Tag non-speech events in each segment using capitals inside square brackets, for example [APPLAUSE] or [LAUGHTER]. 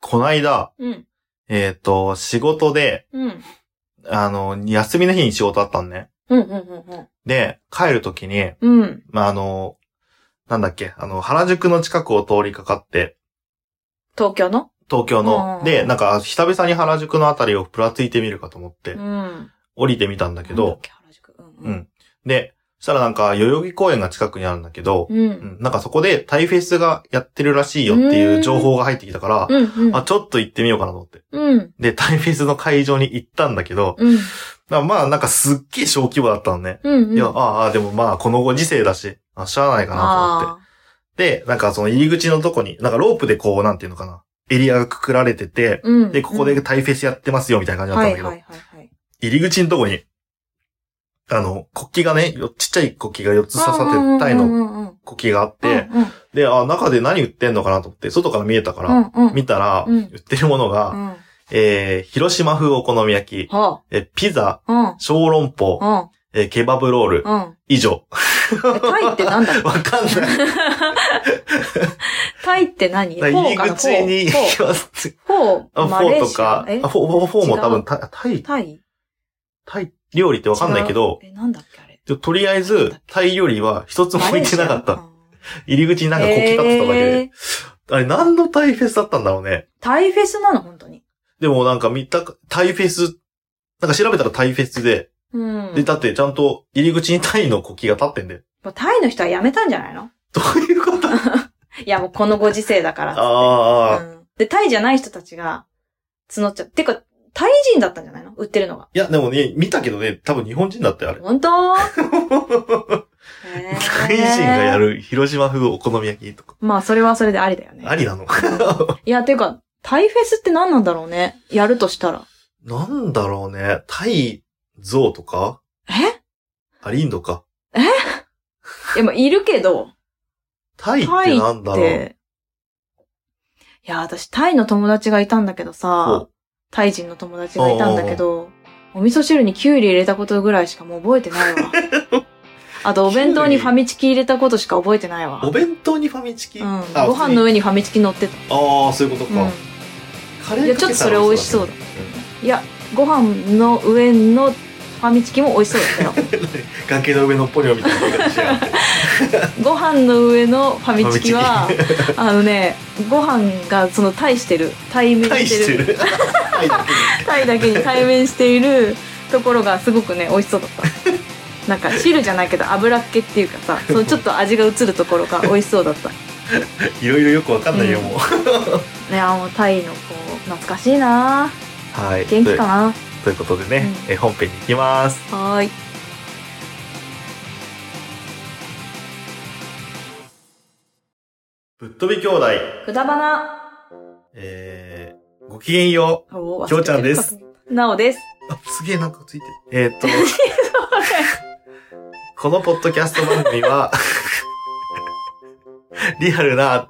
こないだ、うん。えっ、と、仕事で、うん。あの、休みの日に仕事あったんね。うん。うん。で、帰るときに、うん。うん。まあ、あの、なんだっけ、あの、原宿の近くを通りかかって、東京の東京のう、んで、なんか、久々に原宿のあたりをぷらついてみるかと思って、うん。降りてみたんだけなんだっど、け。原宿うんうん。で、そしたらなんか、代々木公園が近くにあるんだけど、う。うんんなんかそこでタイフェスがやってるらしいよっていう情報が入ってきたから、うん。うん。あ、ちょっと行ってみようかなと思って。うん。で、タイフェスの会場に行ったんだけど、うん。なんかまあなんかすっげえ小規模だったのね。ういん。や、ああ、でもまあこのご時世だし、あしゃあないかなと思っあて。で、なんかその入り口のとこに、なんかロープでこう、なんていうのかな、エリアがくくられててー、うん。で、ここでうんタイフェスやってますよみたいな感じだっはたんいだけど、はいはいはい。入り口のとこに、あの、国旗がね、よちっちゃい国旗が4つ刺さってるタイのの国旗があって、、うんで、あ、中で何売ってんのかなと思って、外から見えたかうら、んうん。見たら、うん売ってるものうが、ん。はえー、広島風お好み焼き、あ。えーピザ、うん。小籠包、うえーケバブロール、ん。うん。以上。えタイってなんだ [LAUGHS] っけわかんない。タイって何フォ入ーりかな口に行きます。フォー。フォあーフマォレーーとシアか、えあフォーフォーも多違分うタタイ、タイタイ料理ってわかんないけど、え、なんだっけあれ。ちょとりあえず、タイ料理は一つもマ置レいーてシアなかっ。うた。ん入り口になんか国旗立ってただけへでー。あれ、何のタイフェスだったんだろうね。タイフェスなの本当に。でもなんか見た、タイフェス、なんか調べたらタイフェスで、うん。で、だってちゃんと入り口にタイの国旗が立ってんで。もうタイの人はやめたんじゃないのどういう [LAUGHS] ことあいや、もうこのご時世だからっつって。あ、ういん。で、タイじゃない人たちが募っちゃう。てか、タイ人だったんじゃないの売ってるのが。や、でもね、見たけどね、多分日本人だったよ、あれ。[LAUGHS] 本当タタイ人がや。る広島風お好み焼きとか。まあ、それはそれでありだよね。ありなのいや、てか、タイフェスって何なんだろうね。やるとしたら。なんだろうね。タイ像とかえありんのか。いや、まあ、いるけど、タイっタイてなっんだろう。て。いや、私、タイの友達がいたんだけどさほ、タイ人の友達がいたんだけど、お味噌汁にキュウリ入れたことぐらいしかもう覚えてな [LAUGHS] いわ。あと、お弁当にファミチキ入れたことしか覚えてないわ。お弁当にファミチキ、うん。あご普飯の通に上にファミチキ乗ってた。ああ、そういうことか。うカレーいやちょっとそれ美味しそうだだね。ん。いや、ご飯の上のファミチキも美味しそう [LAUGHS] だったよ。うん崖の上のポニョみたいな感じじゃん。ご飯の上のファミチキはフ、あのね、ご飯がその対して [LAUGHS] る、対面タイししててる、る。タイだけに対だけに対面しているところがすごくね、美味しそうだった。なんか汁じゃないけど油っ気っていうかさ、そのちょっと味が移るところが美味しそうだった。いろいろよくわかんないよ、うんもう。いや、もうタイのこう、懐かしいなはい。元気かなということでね、うんえ本編に行きます。はーい。ぶっ飛び兄弟、くだばな。えー、ごきげんよおーきょうちゃんで。忘すれてるなおです。う。あ、すげえなんかついてる。えーっと、 [LAUGHS] このポッドキャスト番組 [LAUGHS] は、リアルな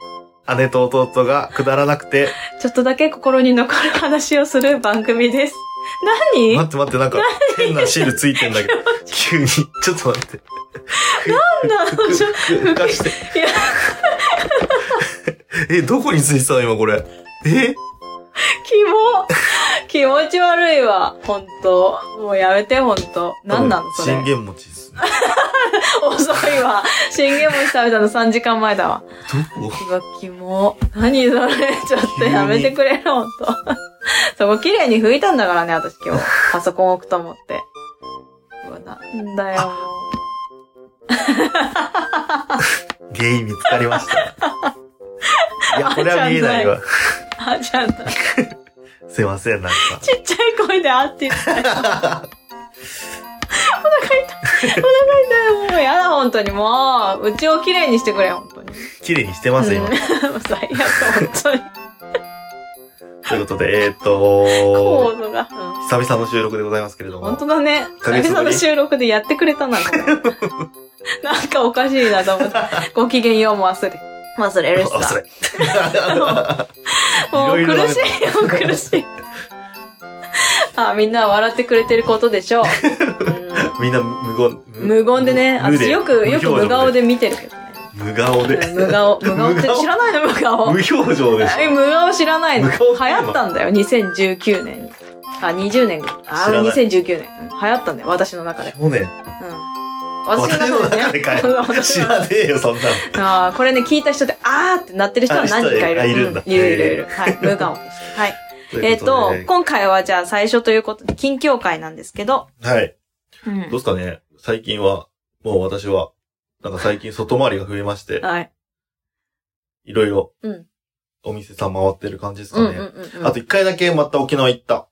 姉と弟がくだらなくて、ちょっとだけ心に残る話をする番組です。何、待って待って、なんか変なシールついてん [LAUGHS] だけど、急に、ちょっと待って。なんだろうちょふかして。いや [LAUGHS] え、どこについてたの今これ。えキモ気持ち悪いわ。ほんと。もうやめて、ほんと。なんなのそれ信。玄餅ですね。遅いわ。信玄餅食べたの3時間前だわ。どこうわ、キモ。何それ。ちょっとやめてくれる、ほんと。そこ綺麗に拭いたんだからね、私今日。パソコン置くと思って。うわ、なんだよ。原因見つかりま [LAUGHS] した。いや、これは見えないわ。あちゃんだ。すいません、なんか。ちっちゃい声であって言ったよ。お腹痛い。お腹痛い。もうやだ、本当に。もう、うちをきれいにしてくれ、本当に。綺麗にしてます、今うん。 [LAUGHS] もう最悪、本当に。ということ [LAUGHS] で、えーっとコ、ードが。うん久々の収録でございますけれど本も当。だね。一ヶ月久ぶり々の収録でやってくれ [LAUGHS] たな、これなんかおかしいなと思って。ご機嫌ようも忘れ。忘れるしあ、そさ。れ。もういろいろ苦しいよ、苦しい。あ、みんな笑ってくれてることでしょう。うんみんな無言。無言でね、無私よく、よく無顔。で見てるけどね。無顔で。無顔、無顔って無顔知らないの無顔。無表情でしえ、無顔知らないの無流顔行知らないったんだよ、2019年に。あ、20年ぐらい。あ、知らない2019年。うん流行ったんだよ、私の中で。ょ。去年。うん。。私の中でかい [LAUGHS] 私 [LAUGHS] 知のらねえよ、そんなの。ああ、これね、聞いた人で、あーってなってる人は何人かいる。あ人いるんだういるいるいる。 [LAUGHS] はい、無顔です。はい。 [LAUGHS] えっということで、今回はじゃあ最初ということで、近況会なんですけど、はい。うどうでん。すかね最近は、もう私は、なんか最近外回りが増えまして、はい。いろいろうん、お店さん回ってる感じですうんかうんね。うんうん。あと一回だけまた沖縄行った。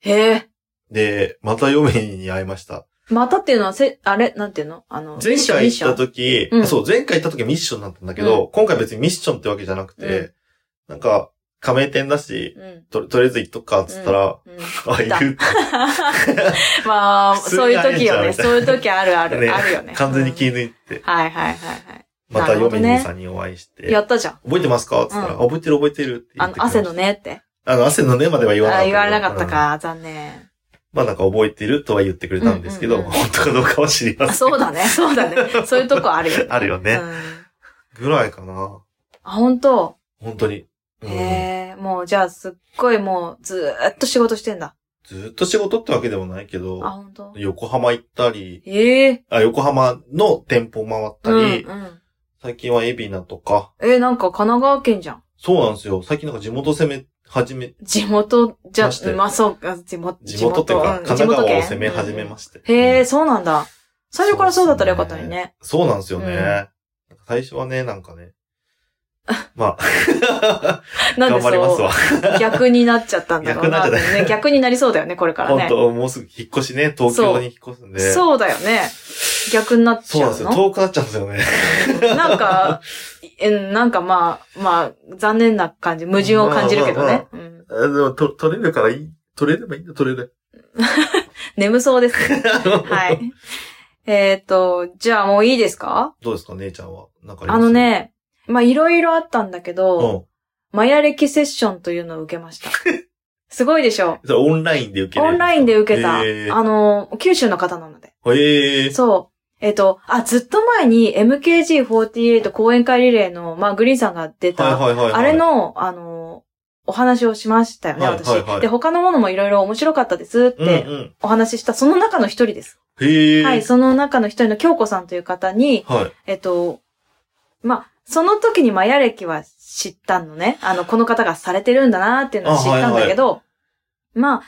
へえ。で、また嫁に会いました。またっていうのは、せ、あれなんていうのあの、前回行ったと時、うんそう、前回行った時はミッションだったんだけど、今回別にミッションってわけじゃなくて、うんなんか、加盟店だし、うん。ととりあえず行っとくか、っつったら、うんあ、行く。まあ、普通にそういう時よ会ね。えちゃうみたいなそういう時あるあ [LAUGHS] る、ねある [LAUGHS] よね。完全に気うん抜いて、はいはいはいはい。またなるほどね嫁さんにお会いして、やったじゃん。覚えてますかって言ったら、あう覚えてる覚えてるって言あってく、のれました汗の。ねって。あの、汗のねまでは言わなかっあ、たけ言ど。われなかったうん。か。残念。まあなんか覚えてるとは言ってくれたんですけど、うんうんうん本当かどうかは知りません。あそうだね、そうだね。そういうとこあるよね。 [LAUGHS] あるよねうんぐらいかな。あ、本当本当に。うんへえ、もうじゃあすっごいもうずーっと仕事してんだ。ずっと仕事ってわけでもないけど、あ、本当横浜行ったり、ええ。あ横浜の店舗回ったうんうり、ん。最近は海老名とか、え、なんか神奈川県じゃん。そうなんですよ。最近なんか地元攻め始め、地元じゃまして、まあそうか、地元、地元っていうか、うん神奈川を県攻め始めまして。へうえ、んそうなんだ。最初からそうだったらよかったのにね。そうなんですよね。うんなんか最初はね、なんか [LAUGHS] ね。まあ、な頑んでそ張りますわう、。逆になっちゃったんだろうな。逆になっちゃったね逆になりそうだよね、これから本ね。当もうすぐ引っ越しね、東京に引っ越すんで。そうだよね。逆になっそうちなゃんでうすよ。の遠くなっちゃうんですよね。 [LAUGHS] なんか、うんなんかまあ、まあ、残念な感じ、矛盾を感じるけどね。うんでも、と、取れるからいい。取れればいいんだ、取れる。眠そ [LAUGHS] うですね。は。い。えっと、じゃあもういいですかどうですか、姉ちゃんは。なんかりますあの。ね、まあいろいろあったんだけうど、ん。マヤ歴セッションというのを受け [LAUGHS] ました。すごいでしょそれオンラインで受けれオるンラインで受けた、えーあの、九州の方なので。えー。そう。えっ、と、あ、ずっと前に MKG48 講演会リレーの、まあ、グリーンさんが出た、はいはいはいはい。あれ、の、あの、お話をしましたよね、はい私。はいはいで、他のものもいろいろ面白かったですうっんうてん。お話しした、その中の一人です。へえ。はい、。その中の一人の京子さんという方に、はい。えっと、まあ、その時にマヤ歴は知ったのね。あの、この方がされてるんだなっていうのを知ったんだけど、まあ、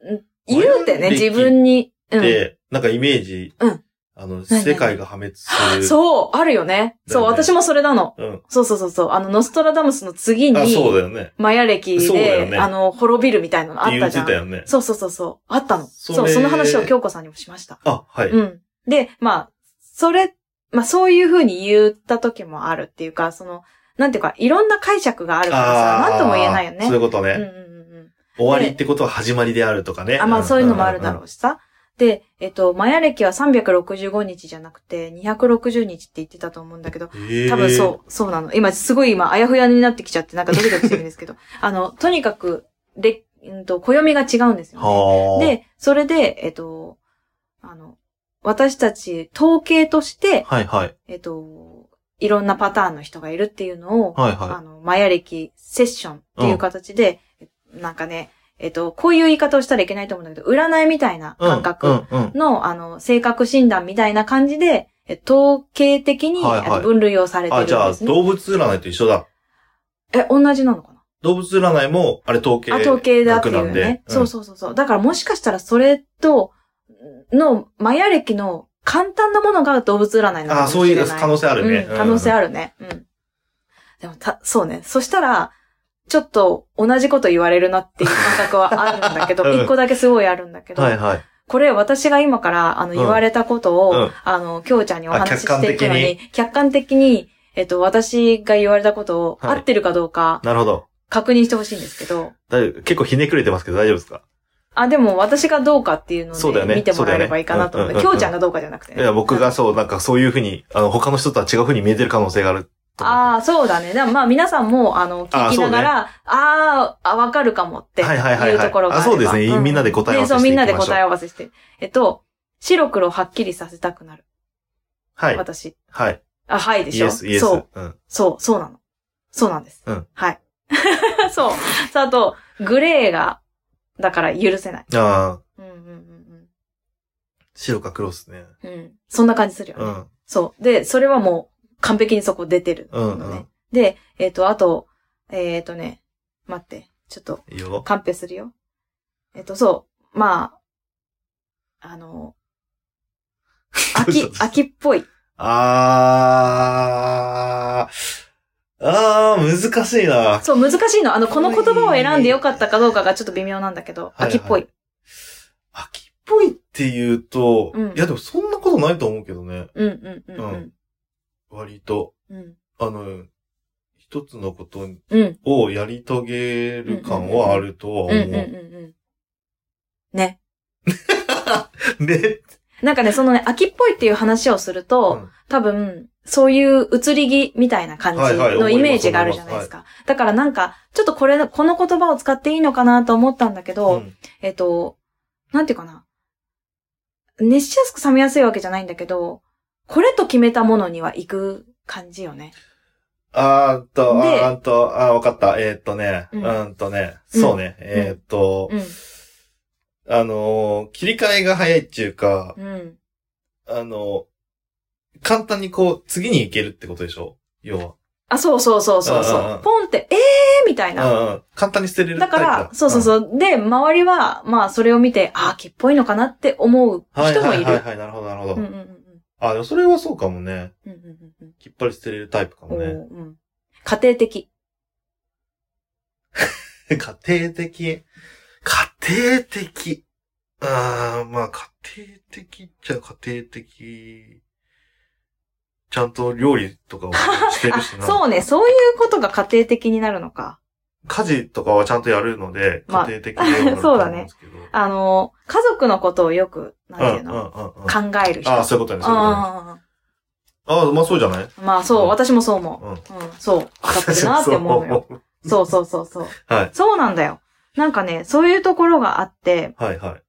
うん言うてね、マヤ歴自分に、うん。で、なんかイメージ。うん。あの、何世界が破滅する。う。そう、あるよね。そう、だよね私もそれなの。うん。そうそうそうそう。あの、ノストラダムスの次あ、に、そうだよね。マヤ歴そうだよで、ねあの、滅びるみたいなのあっっ言てたっじゃてんた。よね。そうそうそうそう。あったの。そそれう、その話を京子さんにもしました。あ、はい。うん。で、まあ、それ、まあそういうふうに言った時もあるっていうか、その、なんていうか、いろんな解釈があるからさ、ーなんとも言えないよね。そういうことうんね。うんうん終わりってことは始まりであるとかね。うん。あ、まあそういうのもあるだうろん。うしさ。で、えっと、マヤ歴は365日じゃなくて、260日って言ってたと思うんだけど、多多分そう、そうなの。今、すごい今、あやふやになってきちゃって、なんかドキドキしてる [LAUGHS] んですけど、あの、とにかく、れ、うんと、暦が違うんですよ、ね。はあ。、で、それで、えっと、あの、私たち、統計として、はいはい。えっと、いろんなパターンの人がいるっていうのを、はいあは。の、マヤ歴セッションっていう形で、なんかね、えっと、こういう言い方をしたらいけないと思うんだけど、占いみたいないうん感覚うんうん。の、あの、性格診断みたいな感じで、え統計的に、はいはいあの分類をされてるあ、んじゃあ、ですね。動物占いと一緒だ。え、同じなのかな動物占いも、あれ統計あ、統計だってい学うなんでね。そうそうそうそう。だからもしかしたらそれと、の、マヤ歴の簡単なものが動物占いなのかもしれない。あ、そういう可能性あるね。うん可能性ああるね。うん。でも、た、そうね。そしたら、ちょっと同じこと言われるなっていう感覚はあるんだけ [LAUGHS] ど、うん一、個だけすごいあるんだけど、はいはい。これ私が今から、あの、うん言われたことうを、んあの、きょうちゃんにお話ししていくのあ客観に、客観的に、えっと、私が言われたことを、はい合ってるかどうか、なるほど。確認してほしいんですけど、大丈夫。結構ひねくれてますけど大丈夫ですかあ、でも私がどうかっていうのそうだよで、ね見てもらえればいいかなと思って、そうだきよょねうちゃんがどうかじゃなくていね。や、僕がそう、なんかそういうふうに、あの、他の人とは違うふうに見えてる可能性があると思う。ああ、そうだね。でもまあ皆さんも、あの、聞きながら、あ、あ、わかるかもっていはいはいはいはいうところがあればあそうですねみんなで答え合わせねそう、していみきんまなしょでう答え合わせして。えっと、白黒はっきりさせたくなる。はい。私。はい。あ、はいでイしょエス、イエス。そう、うん。そう、そうなの。そうなんです。うんはい。 [LAUGHS] そう。そう、あと、グレーが、だから許せない。ああ、うんうんうん白か黒っすね。うん。うん。そんな感じするよね。うん。そう。で、それはもう完璧にそこ出てるうんのうね。ん。で、えっ、と、あと、えっ、とね、待って、ちょっと、いいよ。カンペするよ。えっ、と、そう、まあ、[LAUGHS] あの、秋、秋っぽい。あー、あー、難しいな。そう、難しいの。あの、この言葉を選んでよかったかどうかがちょっと微妙なんだけど、はいはい秋っぽい。秋っぽいって言うと、うんいやでもそんなことないと思うけどね。うんうんうんうん。割と。うん。あの、一つのことうん。をやり遂げる感はあるとはうんうん思うんう。うん。ね。 [LAUGHS] で、なんかね、そのね、秋っぽいっていう話をすると、うん多分、そういう移り気みたいな感じはいはいのイメージがあるじゃないですか。だからなんか、ちょっとこれの、この言葉を使っていいのかなと思ったんだけど、うんえっと、なんていうかな。熱しやすく冷めやすいわけじゃないんだけど、これと決めたものには行く感じよね。あーっと、であーっと、あー、わかった。えーっとね、ううんーんとね、そうね、えーっと、あのー切り替えが早いっていうか、うん。うん。あのー簡単にこう、次に行けるってことでしょ要は。あ、そうそうそうそうそうんうんう。うんポンって、えーみたいな。うんうん。簡単に捨てれるタだイプから、そうそうそう。で、周りは、まあ、それを見て、あ、秋っぽいのかなって思ううんはい人もいはいはいる。はい、なるほどなるほど。うんうんうんあ、でもそれはそうかもね。うんうんうんうんきっぱり捨てれるタイプかおもーね。うん家庭的。 [LAUGHS] 家庭的。家庭的。あー、まあ家庭的っちゃ家庭的。ちゃんと料理とかをしてるあしな。 [LAUGHS] そうね。そういうことが家庭的になるのか。家事とかはちゃんとやるので、まあ家庭的ではなると思んですけ [LAUGHS] ど。あの、家族のことをよく、なんていうの、うんうんうんうん。考える人。ああ、そういうことね、そういうことね。あああ、まあそうじゃないあ、まあそう、うん私もそう思うん。う。うん、そう。当たってるなって思うのよ。 [LAUGHS] そう。そうそうそうそう。はい。そうなんだよ。なんかね、そういうところがあって、はいはい。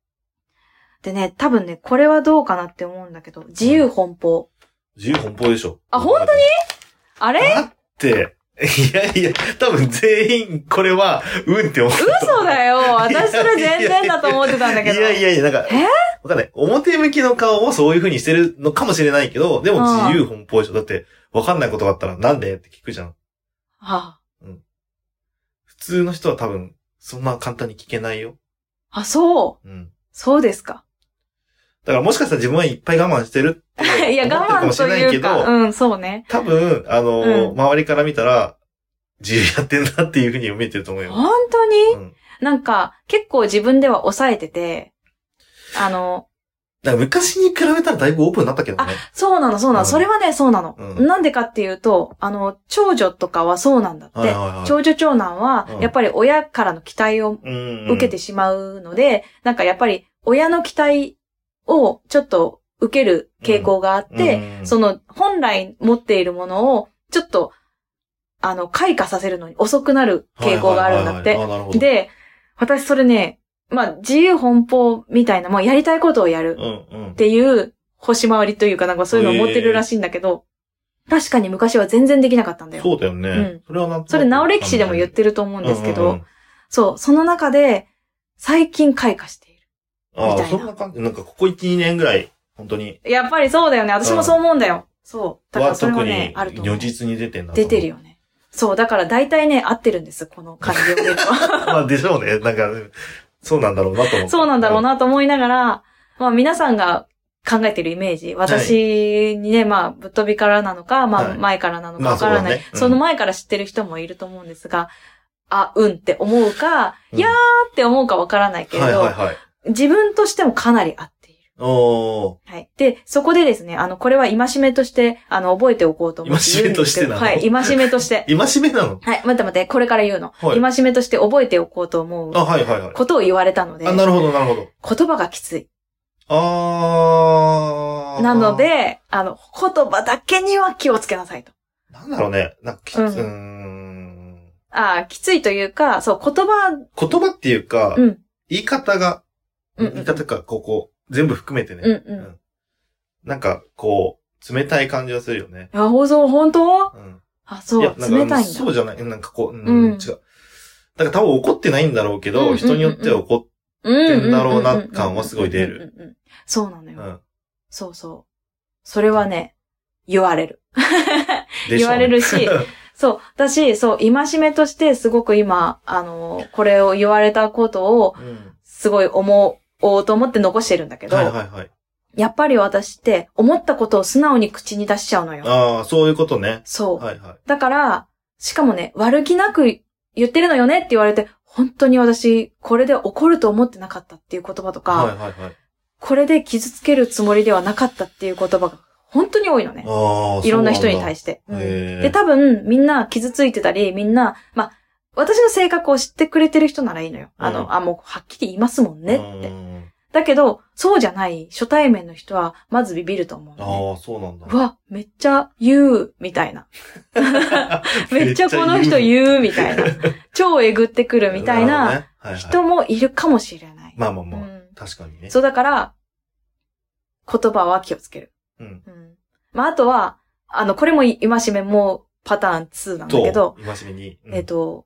でね、多分ね、これはどうかなって思うんだけど、自由奔放。自由奔放でしょ。あ本当にあれだって、いやいや、多分全員これは、うんって思った。嘘だよ私そ [LAUGHS] れいや全いや然だと思ってたんだけど。いやいやいや、なんか、えわかんない。表向きの顔をそういう風にしてるのかもしれないけど、でもうん自由奔放でしょ。だって、わかんないことがあったらなんでって聞くじゃん。あ、普通の人は多分、そんな簡単に聞けないよ。あ、そう。うん。そうですか。だからもしかしたら自分はいっぱい我慢してる [LAUGHS] って思っいてや、るか我も慢しれとないいけうど、か、うん、そうね。多分、あのー、うん周りから見たら、自由やってんなっていう風に見えてると思うよ。本当に、うん。なんか、結構自分では抑えてて、あの、だから昔に比べたらだいぶオープンになったけどね。そうなの、そうなの、うんそれはね、そうなの、うんなんでかっていうと、あの、長女とかはそうなんだって。はいはいはい長女長男はうん、やっぱり親からの期待をうんうん受けてしまうので、なんかやっぱり親の期待をちょっと受ける傾向があって、うんその本来持っているものをちょっと、あの、開花させるのに遅くなる傾向があるんだっはいて。はいはいはいあなるほど、で、私それね、まあ自由奔放みたいな、もうやりたいことをやるう。んうんっ。ていう星回りというかなんかそういうのを持ってるらしいんだけど、確かに昔は全然できなかったんだよ。そうだよね。うんそれはなんそれ直歴史でも言ってるると思うんですけど、うんうんうんそう、その中で最近開花している。あみたあ、いなそんな感じ。なんかここ1、2年ぐらい、本当に、やっぱりそうだよね。私もそう思うんだよ。そう。だかはらそ特れはねに、あると思如う。実に出てんだと出思うてる。よね。そう、だから大体ね、合ってるんです。この感じを見るとまあでしょうね。なんか、そうなんだろうなと思って。そうなんだろうなと思いながら、まあ皆さんが考えてるイメージ、私にね、まあぶっ飛びからなのか、まはあい前からなのかまあわからない、そうだそねうんの前から知ってる人もいると思うんですが、あ、うんって思うか、うんいやーって思うかわからないけれはいど、はいはい。自分としてもかなり合っている。おー。はい。で、そこでですね、あの、これは戒めとして、あの、覚えておこうと思って言うんですけど。戒めとしてはい、戒め [LAUGHS] として。今しめなのはい、待って待って、これから言うの。はい戒めとして覚えておこうと思うあ、はいはいはい。ことを言われたので、あ、なるほどなるほど。言葉がきつい。あー。なの、で、あの、言葉だけには気をつけなさいと。なんだろうね。なんかきつ、ううんーん。ああ、きついというか、そう、言葉、言葉っていうか、うん。言い方が、うんうん言い方か、こう、こう、全部含めてね。うんうんなんか、こ冷たい感じはするよね。あ、ほそう、本当うん。あ、そう、いやなんか冷たいんだ。そうじゃない。なんかこう、うん、うん違う。だから多分怒ってないんだろうけど、うんうんうんうん人によっては怒っうんだろうな感はすごい出る。うんうんうんうんうんうんそうなのうよ。ん。そうそう。それはね、言われる。でしょうね言われるしそう。私、そう、戒めとしてすごく今、あの、これを言われたことを、うん。すごい思おうと思って残してるんだけ [LAUGHS] ど、はいはいはい。やっぱり私って思ったことを素直に口に出しちゃうのよ。ああ、そういうことね。そう。はいはい。だから、しかもね、悪気なく言ってるのよねって言われて、本当に私、これで怒ると思ってなかったっていう言葉とか、はいはいはい。これで傷つけるつもりではなかったっていう言葉が本当に多いのね。ああ、いろんな人に対して。して。うんへーで、多分、みんな傷ついてたり、みんな、まあ、私の性格を知ってくれてる人ならいいのよ。あの、うんあ、もう、はっきり言いますもんねっうて。んだけど、そうじゃない、初対面の人は、まずビビると思うのね、ああ、そうなんだ。うわ、めっちゃ言う、みたいな。めっちゃこの人う言う、みたいな。超えぐってく [LAUGHS] る、みたるいほどなねはいはい人もいるかもしれない。まあまあまあ、うん確かにね。そうだから、言葉は気をつける。うん。うん。まあ、あとは、あの、これも今しめもパターン2なんだと、けど、今しめに。うんえっ、。と、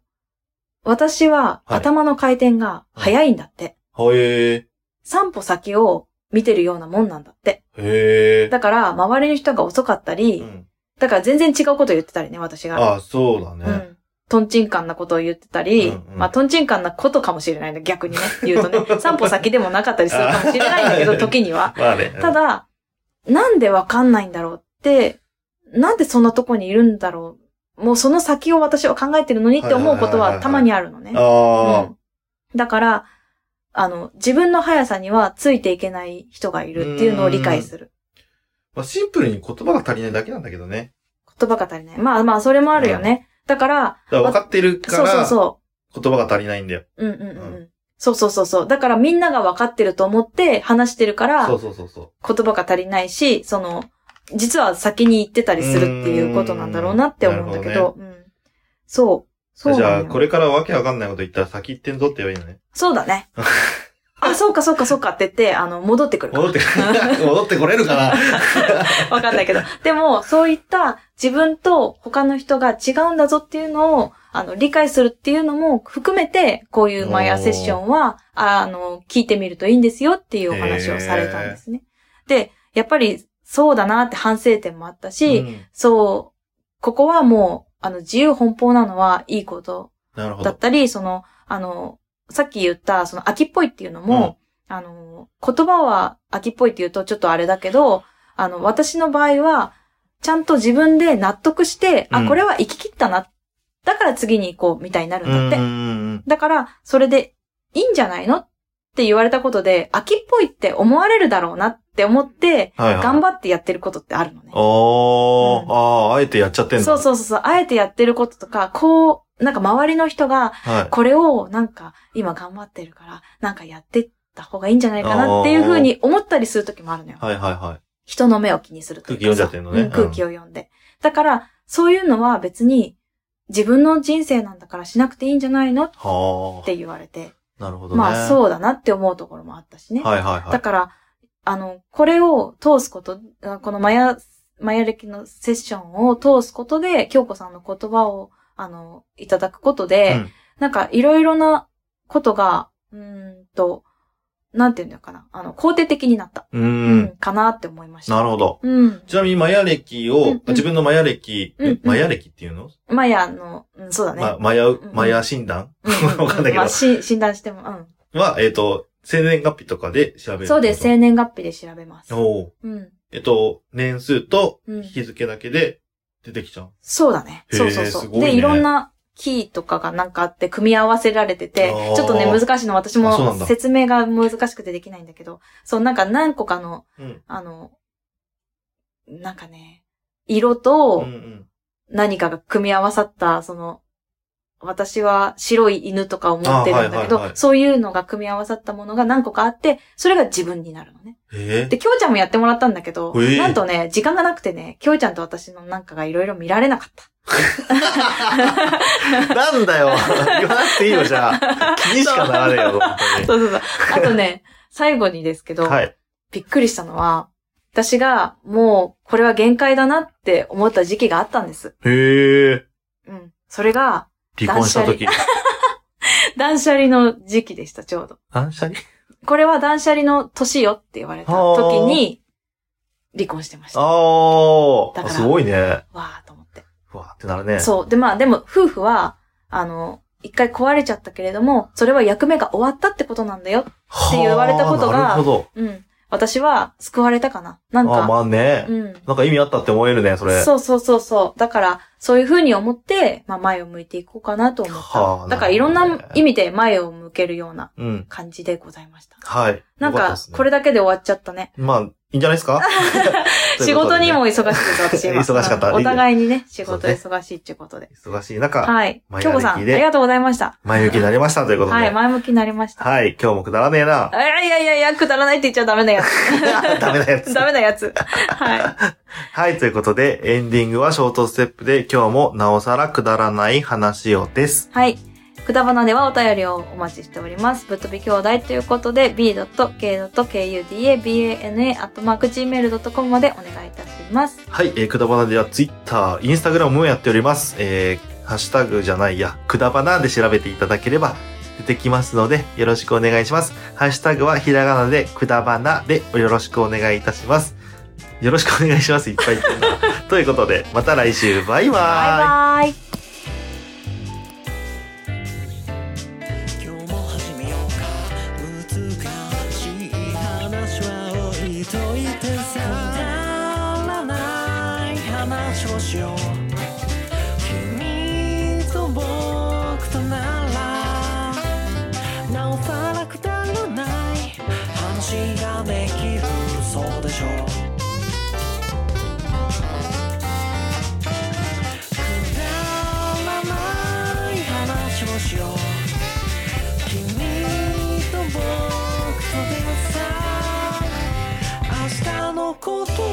私ははい頭の回転が早いんだって。へえ、散歩先を見てるようなもんなんだって。へえ。だから、周りの人が遅かったり、うんだから全然違うこと言ってたりね、私が。ああ、そうだうね。ん。トンチンカンなことを言ってたり、うんうんまあ、トンチンカンなことかもしれないんだ、逆にね、言うと [LAUGHS] ね。散歩先でもなかったりするかもしれないんだけあど、ー時には。まあね。ただ、なんでわかんないんだろうって、なんでそんなとこにいるんだろう。もうその先を私は考えてるのにって思うこはいとはいはいははいたまにあるのね。うん、あうんだから、あの、自分の速さにはついていけない人がいるっていうのを理解する。あ、まあシンプルに言葉が足りないだけなんだけどね。言葉が足りない。まあまあ、それもあるよね。だから、だから分かってるかそうそうら、そ言葉が足りないんだよ。う。うんうんうん。ううん、そうそうそうそう。だからみんなが分かってると思って話してるから、そ言うそうそうそう。葉が足りないし、その、実は先に行ってたりするっていうことなんだろうなって思うんだけど、うん、そう。そうじなゃのあ、よこれからわけわかんないこと言ったら先行ってんぞって言えばいいのね。そうだね。あ、そうかそうかそうかって言って、あの、戻ってくるから戻って、戻ってこれる [LAUGHS] かなわか [LAUGHS] んないけど。でも、そういった自分と他の人が違うんだぞっていうのを、あの、理解するっていうのも含めて、こういうマイヤーセッションは、あの、聞いてみるといいんですよっていうお話をされたんですね。で、やっぱり、そうだなって反省点もあったし、うんそう、ここはもう、あの、自由奔放なのはいいことなるほだどっ。たり、その、あの、さっき言った、その、秋っぽいっていうのも、あの、言葉は秋っぽいっていうとちょっとあれだけど、あの、私の場合は、ちゃんと自分で納得して、うんあ、これは行き切ったな。だから次に行こう、みたいになるんうんだっうんて。うん。だから、それでいいんじゃないのって言われたことで、秋っぽいって思われるだろうなって思って、はいはい。頑っ張ってやってることってあるのね。おー、うんああ、あえてやっちゃってんだ。そうそうそうそう、あえてやってることとか、こう、なんか周りの人が、はい。これをなんか今頑張ってるから、なんかやってった方がいいんじゃないかなっていうふうに思ったりする時もあるのよ。はいはいはい。人の目を気にするという空気読んかさじゃってんのねう空気を読んで。だから、そういうのは別に自分の人生なんだからしなくていいんじゃないのっはて言われて、あ。なるほどね。まあそうだなって思うところもあったしね。はいはいはだい。から、あの、これを通すこと、あこのマヤ、マヤ歴のセッションを通すことで、京子さんの言葉を、あの、いただくことで、うんなんかいろいろなことが、うーんと、なんていうんだかな、あの、肯定的になった。う。うんんかなって思いました。なるほど。うん。ちなみにマヤ歴うんうをん、自分のマヤ歴、うんうえんマヤ歴っていうのマヤの、うん、そうだね。まマヤん、マヤ診断うう [LAUGHS] うわかんないけどまあ、し診断しても、うは、えっと、生年月日とかで調べん。る。そうです。。生年月日で調べます。おーうん。えっと、年数とうん日付だけで出てきちゃう。そうだね。へーそうそうそすう。ごいねで、いろんなキーとかがなんかあって組み合わせられててあー、ちょっとね、難しいの。私あそうなんもだ説明が難しくてできないんだけど、そう、なんか何個かの、うんあの、なんかね、色うとんうん。何かが組み合わさった、その、私は白い犬とかを持ってあるんだけはいはいはいど、そういうのが組み合わさったものが何個かあって、それが自分になるのね。えで、きょうちゃんもやってもらったんだけど、ええなんとね、時間がなくてね、きょうちゃんと私のなんかがいろいろ見られな [LAUGHS] かった。ー、 [LAUGHS] なんだよ言わなくていいよ、じゃ [LAUGHS] あ。気にしかならねえよ、本当にそうそうそう。あとね、最後にですけど、はい。びっくりしたのは、私がもうこれは限界だなって思った時期があったんです。へえ。うん。それが離婚した時。断捨離の時期でした、ちょうど。断捨離これは断捨離の年よって言われた時に離婚してました。わあだあ。からすごいね。ーと思って。うわーってなるね。そう。で、まあでも夫婦は、あの、一回壊れちゃったけれども、それは役目が終わったってことなんだよ。はーって言われたことがなるほど。うん。私は救われたかな。なんあか、ーまあね。うん。なんか意味あったって思えるね、それ。そうそうそうそう。だから、そういうふうに思って、まあ前を向いていこうかなと思っはあた。だからいろんなるほなどね意味で前を向けるようなうん。感じでございました。はい。なんよったかっす、ねこれだけで終わっちゃったね。まあ、いいんじゃない [LAUGHS] ですかとい仕うこと事でねにも忙しくて、私今。忙しかったうんお互いにね、仕そう事ね忙しいっていうことで。忙しい中、はい。まあ京子さん、あやる気でりがとうございました。前向きになりましたということで。はい、前向きになりました。い。はい、今日もくだらねえ [LAUGHS] な。いやいやいやいや、くだらないって言っちゃダメなや [LAUGHS] ダメなやつ。つ。ダメなやつ。はい。はい、ということで、エンディングはショートステップで、今日もなおさらくだらない話をです。はい。くだばなではお便りをお待ちしております。ぶっ飛び兄弟ということで、b.k.kuda.bana.gmail.com までお願いいたします。はい、えーくだばなでは Twitter、Instagram もやっております。えー、ハッシュタグじゃないや、くだばなで調べていただければ出てきますので、よろしくお願いします。ハッシュタグはひらがなで、くだばなでよろしくお願いいたします。よろしくお願いします。いっぱい言ってんなということで、また来週、バイババーイ。イバイ。今日も始めようか難しい話は置いといてさくだらない話をしよう君と僕とならなおさらくだらない話ができるそうでしょうくだらない話をしよう「君と僕とでさ明日のことを